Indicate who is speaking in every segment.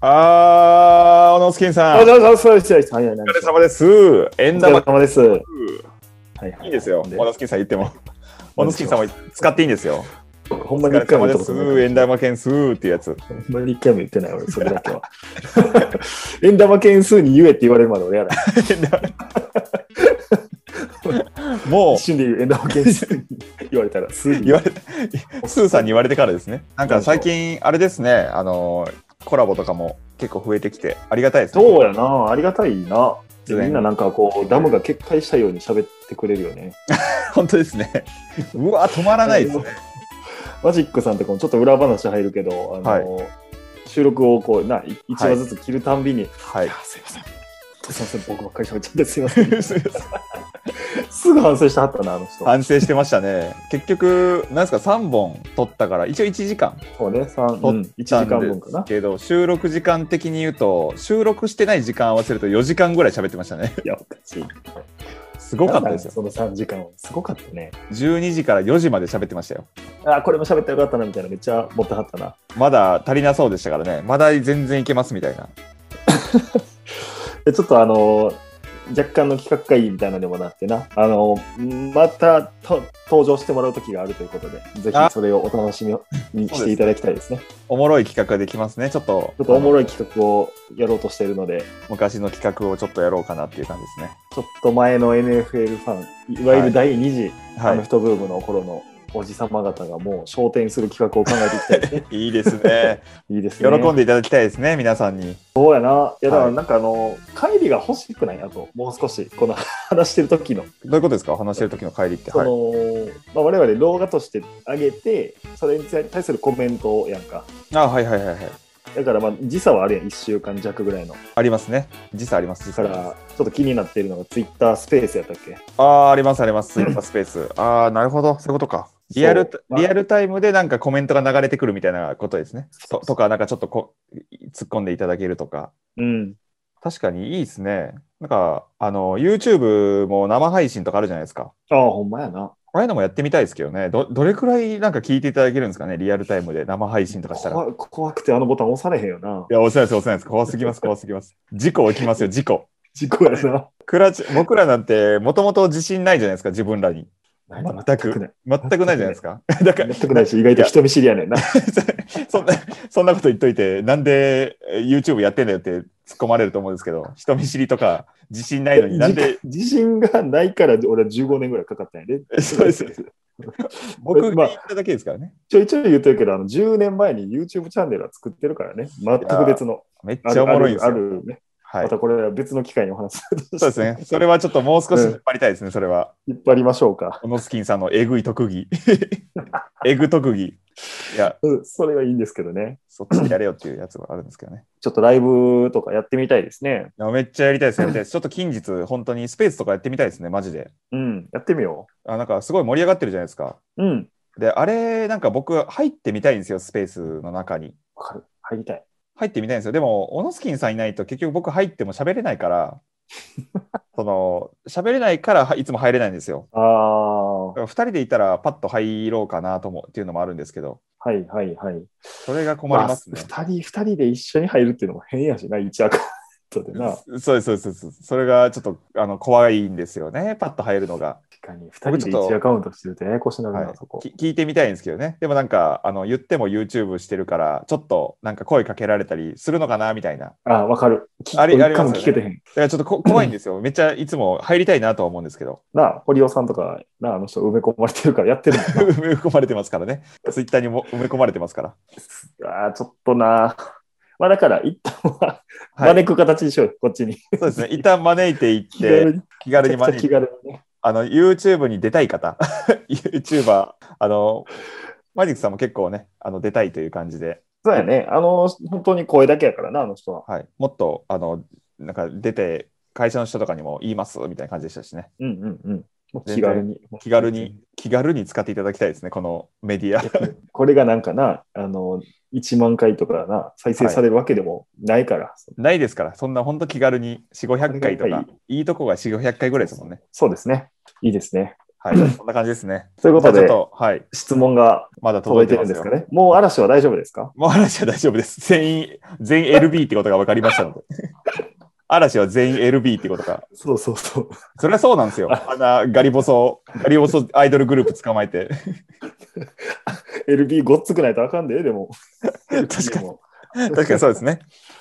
Speaker 1: あー、小野助さん、
Speaker 2: あ、
Speaker 1: お
Speaker 2: そうそうそうそうそう。はいはい。お
Speaker 1: 疲れ様です。縁
Speaker 2: 疲れ
Speaker 1: 玉
Speaker 2: 様です。はいはい
Speaker 1: いですよ。
Speaker 2: で
Speaker 1: 小野助さん言っても。小野助さんは使っていいんですよ。
Speaker 2: ほん
Speaker 1: お
Speaker 2: まに
Speaker 1: 疲
Speaker 2: 一
Speaker 1: れ
Speaker 2: 回も
Speaker 1: 様で
Speaker 2: 言ったこと
Speaker 1: す。
Speaker 2: ない。
Speaker 1: 縁玉件数っていうや つ。
Speaker 2: ほんまに一回も言ってない、俺、それだけは。円玉件数に言えって言われるまで俺やらない。
Speaker 1: も
Speaker 2: 一瞬で言う、円玉件数に言われたら、すぐ
Speaker 1: う、
Speaker 2: に
Speaker 1: 言われ、スーさんに言われてからですね。なんか最近、あれですね、あの、コラボとかも結構増えてきて、ありがたいですね。
Speaker 2: そうやな、ありがたいな。
Speaker 1: そ
Speaker 2: で
Speaker 1: うやな
Speaker 2: みんななんかこう、ダムが決壊したように喋ってくれるよね。
Speaker 1: 本当ですね。うわ、止まらないですね。
Speaker 2: マジックさんとかもちょっと裏話入るけど、あの、収録をこう、な、い一話ずつ切るたんびに、
Speaker 1: はいい
Speaker 2: や。すいません。本当すいません、僕ばっかり喋っちゃってすいません。
Speaker 1: すいません
Speaker 2: すぐ反省してはったな、あの 人。
Speaker 1: 反省してましたね。結局、なんですか、3本撮ったから、一応1時間
Speaker 2: そうね、三う
Speaker 1: 撮
Speaker 2: ん
Speaker 1: っ、
Speaker 2: 1時
Speaker 1: た
Speaker 2: 間
Speaker 1: んで
Speaker 2: 分か
Speaker 1: す
Speaker 2: な。
Speaker 1: けど、収録時間的に言うと、収録してない時間合わせると4時間ぐらい喋ってましたね。
Speaker 2: いや、おかしい。
Speaker 1: すごかったですよ。
Speaker 2: その3時間は。すごかったね。
Speaker 1: 12時から4時まで喋ってましたよ。
Speaker 2: あ、これも喋ってよかったな、みたいな。めっちゃ持ってはったな。
Speaker 1: まだ足りなそうでしたからね。まだ全然いけますみたいな。
Speaker 2: でちょっとあのー若干の企画会議みたいなのにもなってな。あのーまたと登場してもらう時があるということで、ぜひ
Speaker 1: あ
Speaker 2: それをお楽しみにしていただきたいですね。
Speaker 1: おもろい企画ができますね。ちょっと、
Speaker 2: ちょっとおもろい企画をやろうとしているので、
Speaker 1: あの昔の企画をちょっとやろうかなっていう感じですね。
Speaker 2: ちょっと前の NFL ファン、いわゆる第2次、
Speaker 1: は
Speaker 2: あの人ブームの頃のおじさま方がもう焦点する企画を考えていきたいですね。
Speaker 1: い。いいですね。
Speaker 2: いいです
Speaker 1: 喜
Speaker 2: ね。
Speaker 1: んでいただきたいですね、皆さんに。
Speaker 2: そうやな。いや、だから
Speaker 1: はい
Speaker 2: なんかあの、帰りが欲しくないあと、もう少し、この 話してる時の、
Speaker 1: どういうことですか話してる時の帰りって。
Speaker 2: そ
Speaker 1: はい。
Speaker 2: の、まあ、我々動画として上げて、それに対するコメントやんか。
Speaker 1: あ、はいはいはいはい。
Speaker 2: だからまあ、時差はあるやん、1週間弱ぐらいの。
Speaker 1: ありますね。時差あります。時
Speaker 2: だ
Speaker 1: 差
Speaker 2: か
Speaker 1: あります
Speaker 2: ら、ちょっと気になっているのが、ツイッタースペースやったっけ
Speaker 1: ああー、あります、あります。ツイッタースペース。ああ、なるほど。そういうことか。リアル
Speaker 2: そう、まあ
Speaker 1: リアルタイムでなんかコメントが流れてくるみたいなことですね。ととか、なんかちょっとこ突っ込んでいただけるとか。
Speaker 2: うん。
Speaker 1: 確かにいいですね。なんか、あの、YouTube も生配信とかあるじゃないですか。
Speaker 2: ああ、ほんまやな。
Speaker 1: ああいうのもやってみたいですけどね。ど、どれくらいなんか聞いていただけるんですかね。リアルタイムで生配信とかしたら。い
Speaker 2: 怖怖くてあのボタン押されへんよな。
Speaker 1: や、押せないです、押せないです。怖すぎます、怖すぎます。事故起き ますよ、事故。
Speaker 2: 事故やな。
Speaker 1: クラチ、僕らなんて、もともと自信ないじゃないですか、自分らに。全く
Speaker 2: ない。
Speaker 1: 全くないじゃないですか。 だから、
Speaker 2: 全くないし、意外と人見知りやねんな。
Speaker 1: そんな、 そんなこと言っといて、なんでえー YouTube やってんだよって突っ込まれると思うんですけど、人見知りとか自信ないのになん で、。
Speaker 2: 自自信がないから俺は15年ぐらいかかったんや で
Speaker 1: そうです。僕が
Speaker 2: まあ
Speaker 1: 言っただけですからね。
Speaker 2: ちょいちょい言ってるけど、あの10年前に YouTube チャンネルは作ってるからね。全く別の。
Speaker 1: めっ
Speaker 2: あ
Speaker 1: ちゃおもろいんです
Speaker 2: あ
Speaker 1: よ。
Speaker 2: るあるね。
Speaker 1: はい
Speaker 2: ま。たこれは別の機会にお話し
Speaker 1: そうですね。それはちょっともう少し引っ張りたいですね、それは。
Speaker 2: 引っ張りましょうか。
Speaker 1: 小野スキンさんのえぐい特技。 えぐ特技。いや、
Speaker 2: うんそれはいいんですけどね。
Speaker 1: そっちでやれよっていうやつはあるんですけどね。
Speaker 2: ちょっとライブとかやってみたいですね。
Speaker 1: いやめっちゃやりたいです、やり たいです。ちょっと近日、本当にスペースとかやってみたいですね、マジで。
Speaker 2: うん、やってみよ
Speaker 1: あなんかすごい盛り上がってるじゃないですか。
Speaker 2: う。うん、
Speaker 1: で、あれ、なんか僕、入ってみたいんですよ、スペースの中に。
Speaker 2: わかる。入りたい。
Speaker 1: 入ってみたいんですよ。でも、オノスキンさんいないと結局僕入っても喋れないから、 その、喋れないからはいつも入れないんですよ。
Speaker 2: ああ、
Speaker 1: だ
Speaker 2: は
Speaker 1: から二人でいたらパッと入ろうかなともっていうのもあるんですけど、
Speaker 2: いはいはい。
Speaker 1: それが困りますね。
Speaker 2: あ二人、二人で一緒に入るっていうのも変やしな、一アカウントでな。確
Speaker 1: そうです、そうですそうです。それがちょっとあの怖いんですよね、パッと入るのが。
Speaker 2: かに、二人で一アカウントしてるとややこしなる
Speaker 1: は
Speaker 2: な、
Speaker 1: い
Speaker 2: そこ。、
Speaker 1: き聞いてみたいんですけどね。でもなんか、あの言っても YouTube してるから、ちょっとなんか声かけられたりするのかなみたいな。
Speaker 2: ああ、わかる。き
Speaker 1: あり
Speaker 2: 俺
Speaker 1: あり
Speaker 2: 一
Speaker 1: ますよね
Speaker 2: 回も聞けてへん。
Speaker 1: だからちょっとこ怖いんですよ。めっちゃいつも入りたいなとは思うんですけど、
Speaker 2: なあ、堀尾さんとか、なあ、あの人埋め込まれてるからやっ てるもんな
Speaker 1: 埋め込まれてますからね。ツイッターにも埋め込まれてますから。
Speaker 2: ああ、ちょっとなあ。まあだから、一旦は
Speaker 1: はい
Speaker 2: 招く形にしようよ、こっちに。
Speaker 1: そうですね。一旦招いていっ
Speaker 2: 気軽
Speaker 1: て、気軽に
Speaker 2: に。めちゃくち
Speaker 1: 招い
Speaker 2: ゃ気
Speaker 1: て、
Speaker 2: 軽にね。
Speaker 1: あの、YouTube に出たい方、YouTuber、あの、マジックさんも結構ね、あの出たいという感じで、
Speaker 2: そうやね。あの、本当に声だけやからな、あの人は。
Speaker 1: はい、もっと、あの、なんか出て、会社の人とかにも言いますみたいな感じでしたしね。
Speaker 2: うんうんうん。もう
Speaker 1: 全然
Speaker 2: 気軽に。
Speaker 1: 気軽に。、気軽に使っていただきたいですね、このメディア。
Speaker 2: これがなんかな、あの、1万回とかな、再生されるわけでもないから。
Speaker 1: ないですから、そんな本当気軽に4、500回と
Speaker 2: ありが
Speaker 1: か、いいとこが4、500回ぐらいですもんね。
Speaker 2: そうですね。いいですね。
Speaker 1: はい。そんな感じですね。
Speaker 2: ということ
Speaker 1: じゃあ
Speaker 2: で
Speaker 1: ち、ょっと、はい。
Speaker 2: 質問が
Speaker 1: まだ
Speaker 2: 届
Speaker 1: 届
Speaker 2: い
Speaker 1: いてます
Speaker 2: てるんです
Speaker 1: よ
Speaker 2: かね。もう嵐は大丈夫ですか
Speaker 1: もう嵐は大丈夫です。全員、全員 LB ってことが分かりましたので。嵐は全員 LB ってことか。
Speaker 2: そうそうそう。
Speaker 1: それはそうなんですよ。あんなガリ細、ガリ細アイドルグループ捕まえて。
Speaker 2: LB ごっつくないとあかんで、でも。
Speaker 1: 確かに
Speaker 2: でも
Speaker 1: 確かにそうですね。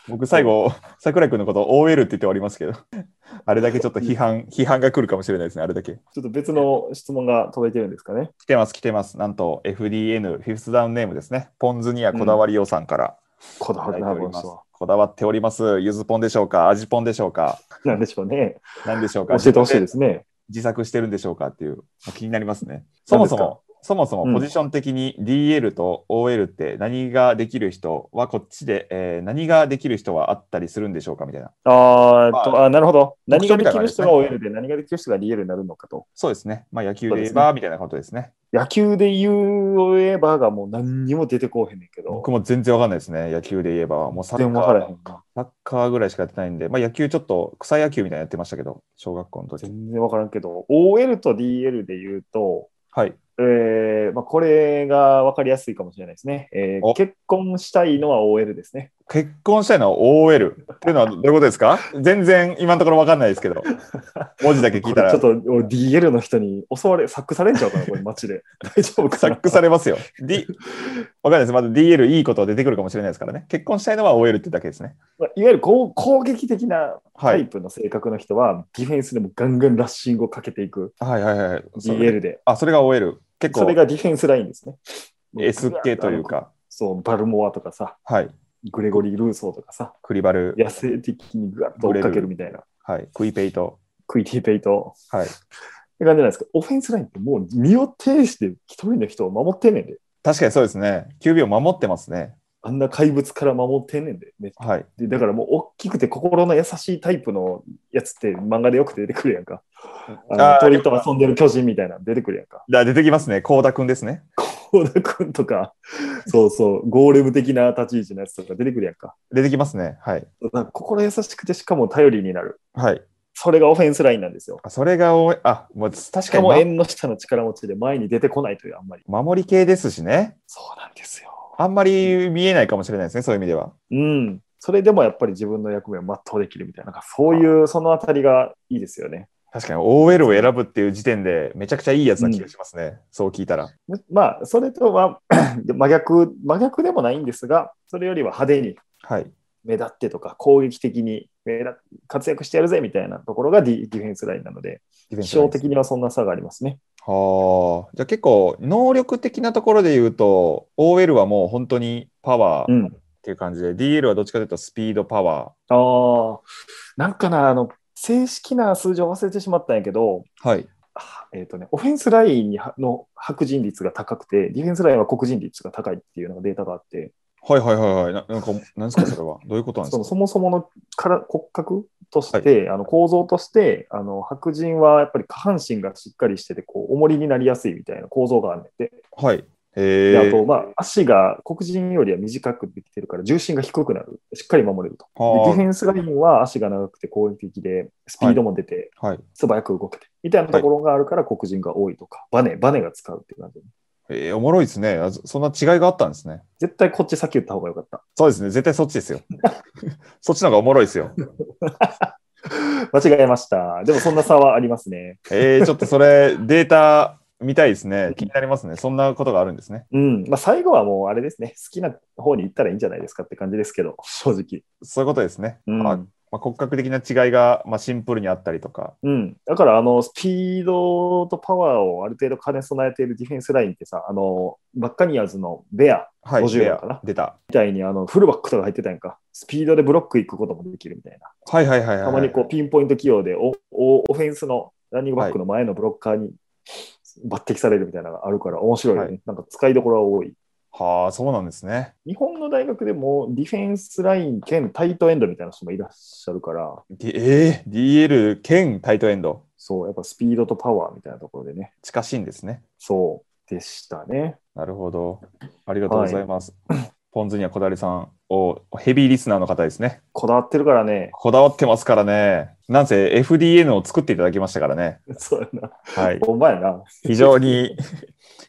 Speaker 1: 僕最後、桜井君のことを OL って言っておりますけど、あれだけちょっと批判、批判が来るかもしれないですね、あれだけ。
Speaker 2: ちょっと別の質問が届いてるんですかね。
Speaker 1: 来てます、来てます。なんと FDN、フィフスダウンネームですね。ポン酢にはこだわりよさんから
Speaker 2: こだ
Speaker 1: いた
Speaker 2: わ
Speaker 1: だい
Speaker 2: り
Speaker 1: て
Speaker 2: のあ
Speaker 1: お
Speaker 2: る
Speaker 1: り
Speaker 2: 人
Speaker 1: ます
Speaker 2: は。。
Speaker 1: こだわっております。ゆずポンでしょうか味ポンでしょうか
Speaker 2: なんでしょうね。
Speaker 1: 何でしょう
Speaker 2: 教
Speaker 1: か
Speaker 2: えてほしいですね。
Speaker 1: 自作してるんでしょうかっていう、気になりますね。 そもそ
Speaker 2: 何
Speaker 1: も、そもそうも
Speaker 2: ん
Speaker 1: ポジション的に DL と OL って何ができる人はこっちで、えー何ができる人はあったりするんでしょうかみたいな。
Speaker 2: あーえっと、あーなるほど。何
Speaker 1: 特
Speaker 2: が
Speaker 1: 徴
Speaker 2: で
Speaker 1: みたい
Speaker 2: き
Speaker 1: なのがです
Speaker 2: る人
Speaker 1: ね
Speaker 2: が OL で、何ができる人が DL になるのかと。
Speaker 1: そうですね。まあ野球
Speaker 2: そう
Speaker 1: で
Speaker 2: で
Speaker 1: 言
Speaker 2: す
Speaker 1: え
Speaker 2: ね
Speaker 1: ば、みたいなことですね。
Speaker 2: 野球で言う言えばがもう何にも出てこうへんねんけど
Speaker 1: 僕。も全然わかんないですね。野球で言えば。もうサッ
Speaker 2: 全然
Speaker 1: カ
Speaker 2: わからへ
Speaker 1: ー
Speaker 2: んな。
Speaker 1: サッカーぐらいしかやってないんで、まあ野球ちょっと草野球みたいなのやってましたけど、小学校の時。
Speaker 2: 全然わからんけど、OL と DL で言うと、
Speaker 1: はい。
Speaker 2: えーまあ、これが分かりやすいかもしれないですね。えー
Speaker 1: お
Speaker 2: 結婚したいのは OL ですね。
Speaker 1: 結婚したいのは OL っていうのはどういうことですか全然今のところわかんないですけど、文字だけ聞いたら
Speaker 2: これちょっと俺 DL の人に襲われ、サックされんちゃうかな、これ、街で。 大丈夫かな。
Speaker 1: サックされ ますよ。D、わかんないです。まだ DL いいことは出てくるかもしれないですからね。結婚したいのは OL ってだけですね。
Speaker 2: まあいわゆるこう攻撃的な
Speaker 1: は
Speaker 2: タイ
Speaker 1: い。
Speaker 2: プの性格の人は、ディフェンスでもガンガンラッシングをかけていく
Speaker 1: はいはいはい。それ
Speaker 2: DL で。
Speaker 1: あ、それが OL。結
Speaker 2: そ
Speaker 1: 構
Speaker 2: れがディフェンスラインですね。
Speaker 1: S 系という。か、
Speaker 2: そう、バルモアとかさ、
Speaker 1: はい。
Speaker 2: グレゴリー・ルーソーとかさ、
Speaker 1: クリバル、
Speaker 2: 野生的にグワッと追っかけるみたいな。
Speaker 1: はい。クイペイと、
Speaker 2: クイティ・ペイト。
Speaker 1: はい。
Speaker 2: って感じなんですけど、オフェンスラインってもう身を挺して一人の人を守ってんねんで。
Speaker 1: 確かにそうですね。9秒守ってますね。
Speaker 2: あんな怪物から守ってんねんで。ね
Speaker 1: はい。
Speaker 2: でだからもう大きくて心の優しいタイプのやつって漫画でよく出てくるやんか。あの
Speaker 1: あー
Speaker 2: 鳥と遊んでる巨人みたいなの出てくるやんか。
Speaker 1: だ出てきますね。高田くんですね。
Speaker 2: 小田君とか、そうそう、ゴーレム的な立ち位置のやつとか出てくるやんか。
Speaker 1: 出てきますね。はい。
Speaker 2: なんか心優しくてしかも頼りになる。
Speaker 1: はい。
Speaker 2: それがオフェンスラインなんですよ。
Speaker 1: あそれが OL。あ、もう確
Speaker 2: し
Speaker 1: か
Speaker 2: か
Speaker 1: に
Speaker 2: も
Speaker 1: ま、
Speaker 2: 縁の下の力持ちで前に出てこないというあんまり。
Speaker 1: 守り系ですしね。
Speaker 2: そうなんですよ。
Speaker 1: あんまり見えないかもしれないですね。そういう意味では。
Speaker 2: うん、それでもやっぱり自分の役目を全うできるみたいな、なんかそういうそのあたりがいいですよね。
Speaker 1: 確かに OL を選ぶっていう時点でめちゃくちゃいいやつな気がしますね。そう聞いたら。
Speaker 2: むまあ、それとは 真逆、真逆でもないんですが、それよりは派手に
Speaker 1: はい。
Speaker 2: 目立ってとか、攻撃的に目立活躍してやるぜみたいなところがディディフェンスラインなので、
Speaker 1: ディフェン
Speaker 2: 気
Speaker 1: スライ
Speaker 2: 象
Speaker 1: ンです
Speaker 2: 的にはそんな差がありますね。
Speaker 1: はあ。じゃあ結構、能力的なところで言うと、OL はもう本当にパワ
Speaker 2: う
Speaker 1: ーっ
Speaker 2: ん、
Speaker 1: ていう感じで、DL はどっちかというとスピード、パワ
Speaker 2: ああ、なんかな、あの正式な数字を忘れてしまったんやけど、
Speaker 1: ー。はい。
Speaker 2: あえーとね、オフェンスラインにはの白人率が高くて、ディフェンスラインは黒人率が高いっていうのがデータがあって、
Speaker 1: はいはいはいはい。ななんか、なんですかそれ は。どういうことなんで
Speaker 2: その
Speaker 1: す
Speaker 2: そ
Speaker 1: か
Speaker 2: もそものから骨格として、あの構造としてあの白人はやっぱり下半身がしっかりしててこう重りになりやすいみたいな構造があるんで,、
Speaker 1: はい。
Speaker 2: で
Speaker 1: えー、
Speaker 2: あと、まあ、足が黒人よりは短くできてるから重心が低くなるしっかり守れるとで
Speaker 1: はあ
Speaker 2: ディフェンスラインは足が長くて攻撃的でスピードも出て、
Speaker 1: はい。
Speaker 2: 素早く動けてみたいなところがあるから黒人が多いとか、バネバネが使うっていう感じ
Speaker 1: えーおもろいですね。あそそんな違いがあったんですね。
Speaker 2: 絶対こっち先言った方が良 かった
Speaker 1: そうですね。絶対そっちです よ。そっちの方がおもろいですよ。
Speaker 2: 間違えましたでもそんな差はありますね
Speaker 1: えー、ちょっとそ れ、データ見たいですね。気になりますね。そんなことがあるんですね。
Speaker 2: うんまあ、最後はもうあれですね、 好きな方に行ったらいいんじゃないですかって感じですけど、正直。
Speaker 1: そういうことですね。
Speaker 2: うん
Speaker 1: まあまあ、骨格的な違いが、まあ、シンプルにあったりとか。
Speaker 2: うん、だからあの、スピードとパワーをある程度兼ね備えているディフェンスラインってさ、あのバッカニアーズのベア
Speaker 1: はい、
Speaker 2: 50
Speaker 1: レア
Speaker 2: かな
Speaker 1: 出た。
Speaker 2: みたいにあのフルバックとか入ってたやんか、スピードでブロック行くこともできるみたいな、
Speaker 1: はいはいはいはい。
Speaker 2: たまにこうピンポイント起用でおおオフェンスのランニングバックの前のブロッカーに抜擢されるみたいなのがあるから、面白いよね、
Speaker 1: は
Speaker 2: なんか使いどころが多い。
Speaker 1: はあ、そうなんですね。
Speaker 2: 日本の大学でもディフェンスライン兼タイトエンドみたいな人もいらっしゃるから、
Speaker 1: D- えー、DL 兼タイトエンド。
Speaker 2: そう、やっぱスピードとパワーみたいなところでね、
Speaker 1: 近しいんですね。
Speaker 2: そうでしたね。
Speaker 1: なるほど。ありがとうございます。ポンズにはこだわりさんをヘビーリスナーの方ですね。
Speaker 2: こだわってるからね。
Speaker 1: こだわってますからね。なんせ FDN を作っていただきましたからね。
Speaker 2: そうやな。
Speaker 1: はい。
Speaker 2: ほんまやな。
Speaker 1: 非常に、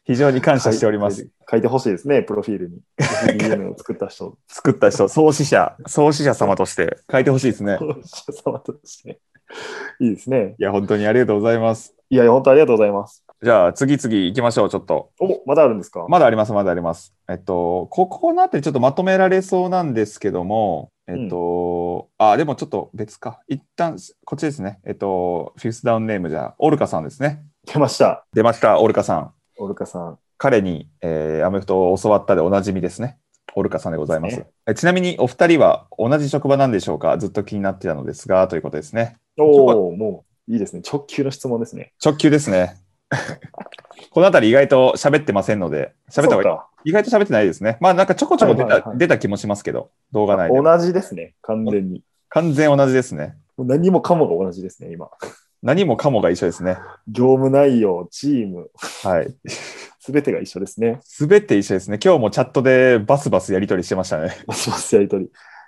Speaker 1: 非常に感謝しております。
Speaker 2: 書い。書いてほしいですね、プロフィールに。FDN を作った人。
Speaker 1: 作った人、創始者、創始者様として書いてほしいですね。
Speaker 2: お医者様として。いいですね。
Speaker 1: いや、本当にありがとうございます。
Speaker 2: いや、本当ありがとうございます。
Speaker 1: じゃあ、次々行きましょう、ちょっと。
Speaker 2: お、まだあるんですか、
Speaker 1: まだあります、まだあります。えっと、ここのあたりちょっとまとめられそうなんですけども、えっと、あ、でもちょっと別か。一旦、こっちですね。えっと、フィフスダウンネームじゃ、オルカさんですね。
Speaker 2: 出ました。
Speaker 1: 出ました、オルカさん。
Speaker 2: オルカさん。
Speaker 1: 彼に、えーアメフトを教わったでおなじみですね。オルカさんでございます。
Speaker 2: ね
Speaker 1: えちなみに、お二人は同じ職場なんでしょうかずっと気になってたのですが、ということですね。
Speaker 2: おお、もういいですね。直球の質問ですね。
Speaker 1: 直球ですね。 このあたり意外と喋ってませんので、喋った方がいい
Speaker 2: が
Speaker 1: 意外と喋ってないですね。まあなんかちょこちょこ出た,、
Speaker 2: はいはいはい
Speaker 1: 出た気もしますけど、動画内で。
Speaker 2: 同じですね、完全に。
Speaker 1: 完全同じですね。
Speaker 2: もう何もかもが同じですね、今。
Speaker 1: 何もかもが一緒ですね。
Speaker 2: 業務内容、チーム、
Speaker 1: はい。
Speaker 2: すべてが一緒ですね。
Speaker 1: すべて一緒ですね。今日もチャットでバスバスやり取りしてました ね。
Speaker 2: バスバスやりとり。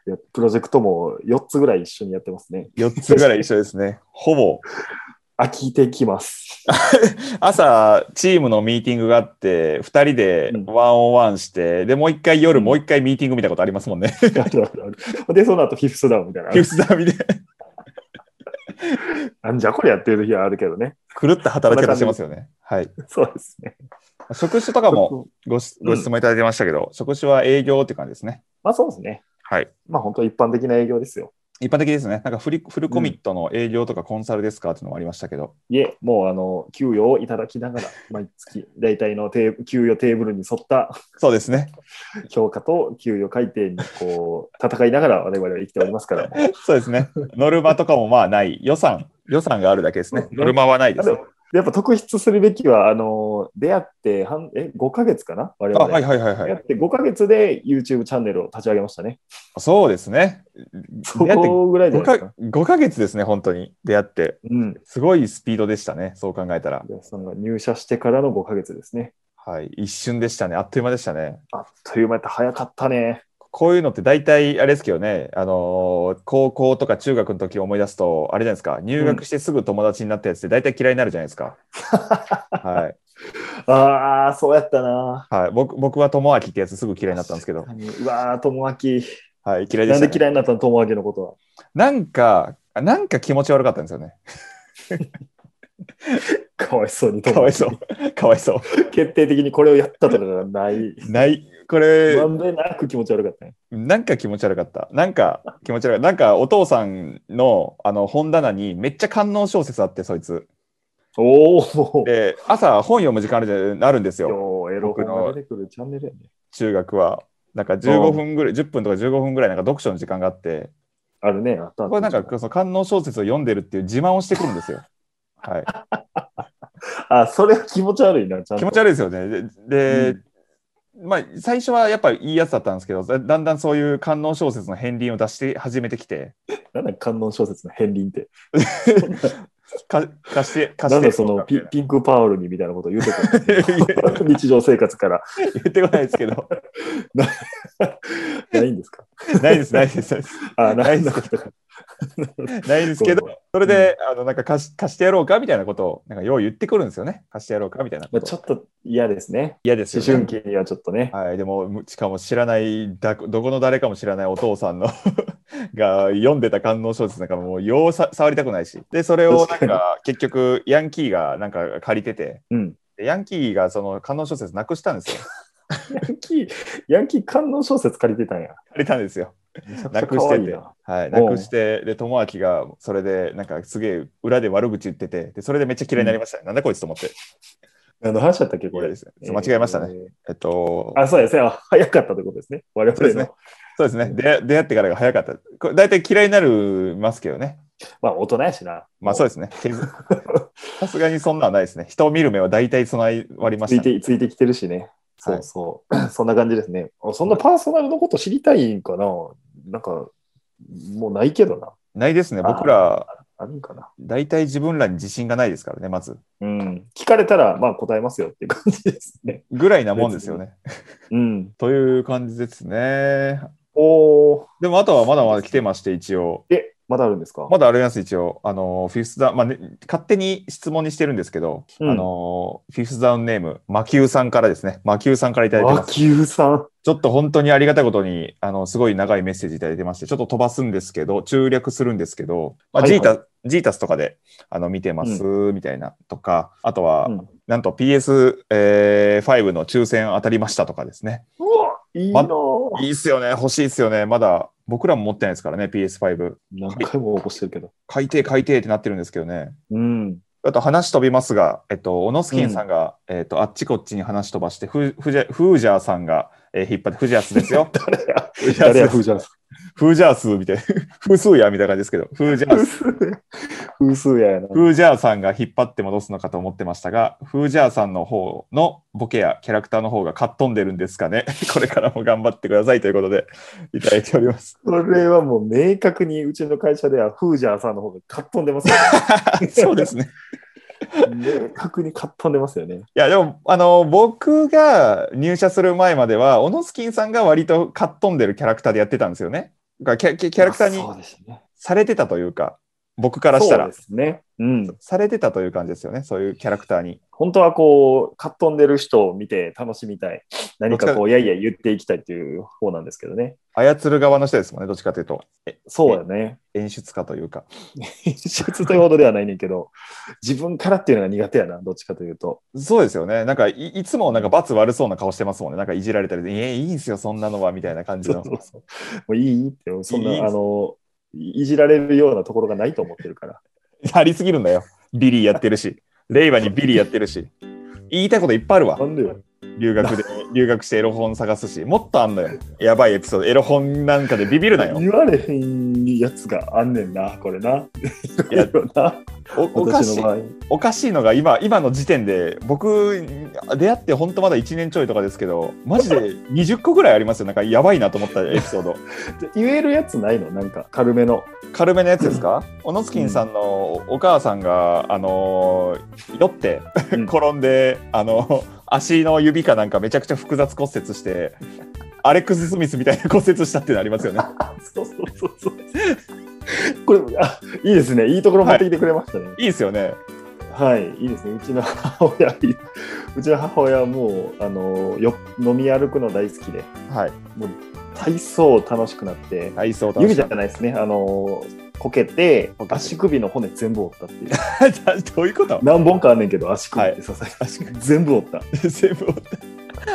Speaker 2: いやプロジェクトも4つぐらい一緒にやってますね。
Speaker 1: 4つぐらい一緒ですね。ほぼ。
Speaker 2: 飽きてきます。
Speaker 1: 朝、チームのミーティングがあって、2人で
Speaker 2: うん
Speaker 1: ワンオンワンして、で、もう一回夜、もう一回ミーティング見たことありますもんね。
Speaker 2: あるあるあるで、その後フィフスダウンみたい な
Speaker 1: フィ。フスダミ で。
Speaker 2: なんじゃこれやってる時はあるけどね。
Speaker 1: 狂った働き方してますよね。はい。
Speaker 2: そうですね。
Speaker 1: 職種とかもごしご質問いただいてましたけど、職種は営業って感じですね。
Speaker 2: まあそうですね。
Speaker 1: はい。
Speaker 2: まあ本当一般的な営業ですよ。
Speaker 1: 一般的ですね。なんかフリフルコミットの営業とかコンサルですかっていうのもありましたけど、
Speaker 2: いえ、もうあの、給与をいただきながら、毎月、大体のテー給与テーブルに沿った
Speaker 1: そうですね。
Speaker 2: 評価と給与改定にこう、戦いながら我々は生きておりますから。
Speaker 1: そうですね。ノルマとかもまあない。予算、予算があるだけですね。
Speaker 2: うん
Speaker 1: ノルマはないで
Speaker 2: あ
Speaker 1: す
Speaker 2: で。もやっぱ特筆するべきは、あの、出会って半、え、5ヶ月かな我
Speaker 1: あ
Speaker 2: 々。
Speaker 1: はいはいはいは
Speaker 2: 出会
Speaker 1: い。
Speaker 2: って5ヶ月で YouTube チャンネルを立ち上げましたね。
Speaker 1: そうですね。
Speaker 2: そ
Speaker 1: 出会って
Speaker 2: こぐらいじゃ
Speaker 1: 5
Speaker 2: ないです
Speaker 1: か
Speaker 2: か。
Speaker 1: 5ヶ月ですね、本当に。出会って。
Speaker 2: うん。
Speaker 1: すごいスピードでしたね。そう考えたら。
Speaker 2: 皆さんが入社してからの5ヶ月ですね。
Speaker 1: はい。一瞬でしたね。あっという間でしたね。
Speaker 2: あっという間やった。早かったね。
Speaker 1: こういうのって大体あれですけどね、あのー高校とか中学の時を思い出すと、あれじゃないですか、入学してすぐ友達になったやつって大体嫌いになるじゃないですか。はい。
Speaker 2: ああ、そうやったな。
Speaker 1: はい、僕僕は友明ってやつすぐ嫌いになったんですけど、
Speaker 2: 確かにうわー、友明。
Speaker 1: はい、嫌いでし
Speaker 2: なん
Speaker 1: た、
Speaker 2: で
Speaker 1: ね。
Speaker 2: 嫌いになったの、友明のことは。
Speaker 1: なんか、あなんか気持ち悪かったんですよね。
Speaker 2: かわいそうに、友
Speaker 1: かわ
Speaker 2: 明
Speaker 1: いそう。かわいそ
Speaker 2: 決定的にこれをやったとかが ない。
Speaker 1: う。ない。これ、
Speaker 2: まんべんなく気持ち悪かったね。
Speaker 1: なんか気持ち悪かった。なんか気持ち悪かった。なんかお父さんのあの本棚にめっちゃ観音小説あって、そいつ。
Speaker 2: おお。
Speaker 1: で、朝本読む時間あるじゃあるんですよ。
Speaker 2: 今日、エロ本が出てくるチャンネルやね。
Speaker 1: 中学は。なんか15分ぐらい、10分とか15分ぐらいなんか読書の時間があって、
Speaker 2: あるね。あったあった
Speaker 1: これなんかその観音小説を読んでるっていう自慢をしてくるんです よ。はい。
Speaker 2: あ、それは気持ち悪いな、ちゃんと。
Speaker 1: 気持ち悪いですよね。で、でまあ、最初はやっぱいいやつだったんですけど、だだんだんそういう観音小説の片鱗を出して始めてきて、
Speaker 2: なんだ、観音小説の片鱗って。
Speaker 1: か貸 して、貸
Speaker 2: な
Speaker 1: し
Speaker 2: ん
Speaker 1: て
Speaker 2: でそ のピピンクパウルにみたいなこと言うてくる日常生活から。
Speaker 1: 言ってこないですけ ど、
Speaker 2: ないんですか
Speaker 1: ないです、ないです、ないです
Speaker 2: あ、ないんだことか。
Speaker 1: ないですけど、それで、あのなんか貸し貸してやろうかみたいなことを、なんかよう言ってくるんですよね。貸してやろうかみたいな
Speaker 2: ま
Speaker 1: こ
Speaker 2: あち
Speaker 1: と
Speaker 2: ょ。っと嫌ですね。
Speaker 1: 嫌です
Speaker 2: 思
Speaker 1: よ
Speaker 2: 春
Speaker 1: ね。
Speaker 2: 期にはちょっと ね。
Speaker 1: はい、でも、むしかも知らないだ、どこの誰かも知らないお父さんの が読んでた観音小説なんかもう、ようさ触りたくないし、で、それをなん
Speaker 2: 確か
Speaker 1: か、結局、ヤンキーがなんか借りてて、
Speaker 2: うん。
Speaker 1: でヤンキーがその観音小説なくしたんですよ。
Speaker 2: ヤンキー、ヤンキー観音小説借りてたんや。
Speaker 1: 借りたんですよ。
Speaker 2: めちゃくち
Speaker 1: な
Speaker 2: ゃ
Speaker 1: くし
Speaker 2: 可
Speaker 1: て
Speaker 2: 愛い
Speaker 1: て。
Speaker 2: な。
Speaker 1: はい、
Speaker 2: おう
Speaker 1: なくして、で、友明がそれで、なんかすげえ裏で悪口言ってて、で、それでめっちゃ嫌いになりましたね。なんだこいつと思って。
Speaker 2: 何の話だったっけ、こ
Speaker 1: これ
Speaker 2: れ
Speaker 1: で。す間違えましたね。
Speaker 2: えー。
Speaker 1: えっと、
Speaker 2: あ、そうですね。あ早かったということですね。我
Speaker 1: そうで
Speaker 2: 々
Speaker 1: すね
Speaker 2: の。
Speaker 1: そうですね。で出会ってからが早かった。これ大体嫌いになりますけどね。
Speaker 2: まあ、大人やしな。
Speaker 1: まあそう
Speaker 2: う
Speaker 1: ですね。削さすがにそんなのはないですね。人を見る目は大体備わりま
Speaker 2: つ
Speaker 1: し
Speaker 2: い
Speaker 1: たね、
Speaker 2: て、ついてきてるしね。そうそう。 そんな感じですね。あそんなパーソナルのこと知りたいんかななんか、もうないけどな。
Speaker 1: ないですね。僕ら、
Speaker 2: あるんかな。
Speaker 1: 大体自分らに自信がないですからね、まず。
Speaker 2: うん。聞かれたら、まあ答えますよっていう感じですね。
Speaker 1: ぐらいなもんですよね。
Speaker 2: うん。
Speaker 1: という感じですね。
Speaker 2: おー。
Speaker 1: でも、あとはまだまだ来てまして、一応。
Speaker 2: え、まだあるんですか、
Speaker 1: まだあります、一応。あの、フィフスダウン、まあね、勝手に質問にしてるんですけど、
Speaker 2: うん
Speaker 1: あの、フィフスダウンネーム、魔球さんからですね。魔球さんからいただいてま
Speaker 2: 和
Speaker 1: す。
Speaker 2: 牛さん。
Speaker 1: ちょっと本当にありがたいことに、あの、すごい長いメッセージいただいてまして、ちょっと飛ばすんですけど、中略するんですけど、まあ、
Speaker 2: はい
Speaker 1: ジ
Speaker 2: は
Speaker 1: ー
Speaker 2: い
Speaker 1: タ、ジータスとかで、あの、見てます、みたいなとか、あとは、
Speaker 2: うん
Speaker 1: なんと PS5、えー5の抽選当たりましたとかですね。
Speaker 2: うわいいなぁ
Speaker 1: いいっすよね、欲しいっすよね。まだ、僕らも持ってないですからね、PS5。
Speaker 2: 何回も応募してるけど。
Speaker 1: 改定改定ってなってるんですけどね。
Speaker 2: うん。。
Speaker 1: あと話飛びますが、えっと、オノスキンさんが、えっと、あっちこっちに話飛ばして、フフジャフージャーさんが、えー引っ張って、フジャースですよ
Speaker 2: 誰や
Speaker 1: フジャース
Speaker 2: 誰や、風じゃん。
Speaker 1: フージャースみたいな。 フースーヤみたいな感じですけど、フージャース。
Speaker 2: 風数ややな。
Speaker 1: フージャーさんが引っ張って戻すのかと思ってましたが、フージャーさんの方のボケやキャラクターの方がかっ飛んでるんですかね。 これからも頑張ってくださいということで、いただいております。
Speaker 2: これはもう明確にうちの会社ではフージャーさんの方がかっ飛んでますよ
Speaker 1: そうですね。
Speaker 2: ね。明確にかっ飛んでますよね。
Speaker 1: いや、でも、あの、僕が入社する前までは、オノスキンさんが割とかっ飛んでるキャラクターでやってたんですよね。だからキャキャラクター
Speaker 2: まあそう
Speaker 1: に
Speaker 2: ですね。
Speaker 1: されてたというか、僕からした
Speaker 2: そう
Speaker 1: ら
Speaker 2: で、すね。うん。
Speaker 1: されてたという感じですよね。そういうキャラクターに。
Speaker 2: 本当はこう、かっ飛んでる人を見て楽しみたい。何かこう、いやいや言っていきたいっていう方なんですけどね。
Speaker 1: 操る側の人ですもんね、どっちかというと。え
Speaker 2: そうだね。
Speaker 1: 演出家というか。
Speaker 2: 演出というほどではないねんけど、自分からっていうのが苦手やな、どっちかというと。
Speaker 1: そうですよね。なんかい、いつもなんか罰悪そうな顔してますもんね。なんかいじられたりで、えいいんすよ、そんなのは、みたいな感じ
Speaker 2: そう
Speaker 1: の。
Speaker 2: そうそう。もういいって、そんな、
Speaker 1: いい
Speaker 2: あの、いじられるようなところがないと思ってるから。
Speaker 1: ありすぎるんだよ。ビリーやってるし、令和にビリーやってるし。言いたいこといっぱいあるわ
Speaker 2: な。んでよ。
Speaker 1: 留学で、留学してエロ本探すし、もっとあんのよ。やばいエピソード、エロ本なんかでビビるなよ。
Speaker 2: 言われへんやつがあんねんな、これな。い
Speaker 1: や
Speaker 2: やろな、
Speaker 1: おおかし
Speaker 2: 私
Speaker 1: い
Speaker 2: の場合。
Speaker 1: おかしいのが今、今の時点で、僕、出会ってほんとまだ1年ちょいとかですけど、マジで20個ぐらいありますよ。なんかやばいなと思ったエピソード。
Speaker 2: 言えるやつないのなんか、軽めの。
Speaker 1: 軽めのやつですか小野月さんのお母さんが、あのー酔って
Speaker 2: うん
Speaker 1: 転んで、あの足の指かなんかめちゃくちゃ複雑骨折してアレックス・スミスみたいな骨折したってなりますよ ね
Speaker 2: そうそうそうそう。これあいいですね、いいところ持ってきてくれましたね。
Speaker 1: いいですよね
Speaker 2: はい、い、いですね、うちの母親、 うちの母親はもうあのよ飲み歩くの大好きで、
Speaker 1: はい
Speaker 2: 体操楽しくなって、
Speaker 1: 体操楽
Speaker 2: 指
Speaker 1: し
Speaker 2: じゃ
Speaker 1: かっ
Speaker 2: ないですね、あのこけて
Speaker 1: こけ、て
Speaker 2: 足首の骨全部折ったっていう、
Speaker 1: た どういうこと
Speaker 2: 何本かあんねんけど、足首って支え、
Speaker 1: 足首
Speaker 2: 全部折った。
Speaker 1: 全部折った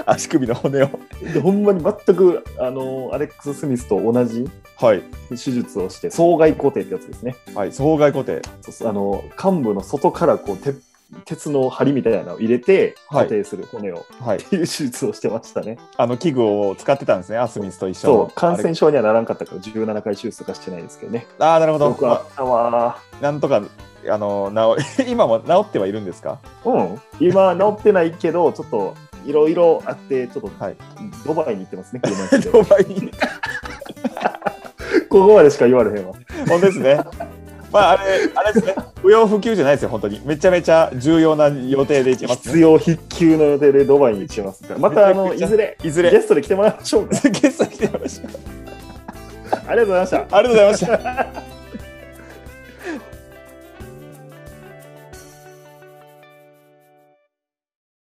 Speaker 1: 足首の骨を
Speaker 2: でほんまに全くあのアレックス・スミスと同じ
Speaker 1: はい
Speaker 2: 手術をして、総外固定ってやつですね。
Speaker 1: はい総外固定
Speaker 2: そうそうあの幹部の外からこう鉄鉄の針みたいなのを入れて
Speaker 1: はい
Speaker 2: 固定する骨を、
Speaker 1: はい
Speaker 2: っていう手術をしてましたね。
Speaker 1: あの器具を使ってたんですねアスミスと一緒の
Speaker 2: そう感
Speaker 1: あ
Speaker 2: 染
Speaker 1: れ
Speaker 2: 症にはならんかったから17回手術とかしてないですけどね。
Speaker 1: あーなるほど
Speaker 2: よくあったわー。
Speaker 1: なんとかあの治 今も治ってはいるんですか
Speaker 2: うん、今治ってないけどちょっといろいろあってちょっと
Speaker 1: はい
Speaker 2: ドバイに行っ てますね車に乗って
Speaker 1: ドバイに
Speaker 2: ここまでしか言われへんわ。
Speaker 1: 本当ですね。まあ、あれ、あれですね。不要不急じゃないですよ、本当に。めちゃめちゃ重要な予定で行きます、
Speaker 2: 必要必急の予定でドバイに行ってますからまたあの
Speaker 1: め
Speaker 2: い
Speaker 1: ちゃくちゃ
Speaker 2: ずれ
Speaker 1: いず
Speaker 2: ゲ
Speaker 1: れ。
Speaker 2: ストで来てもらいましょうね。
Speaker 1: ゲストに来てました。あり
Speaker 2: ありがとうございました。
Speaker 1: がとうございました。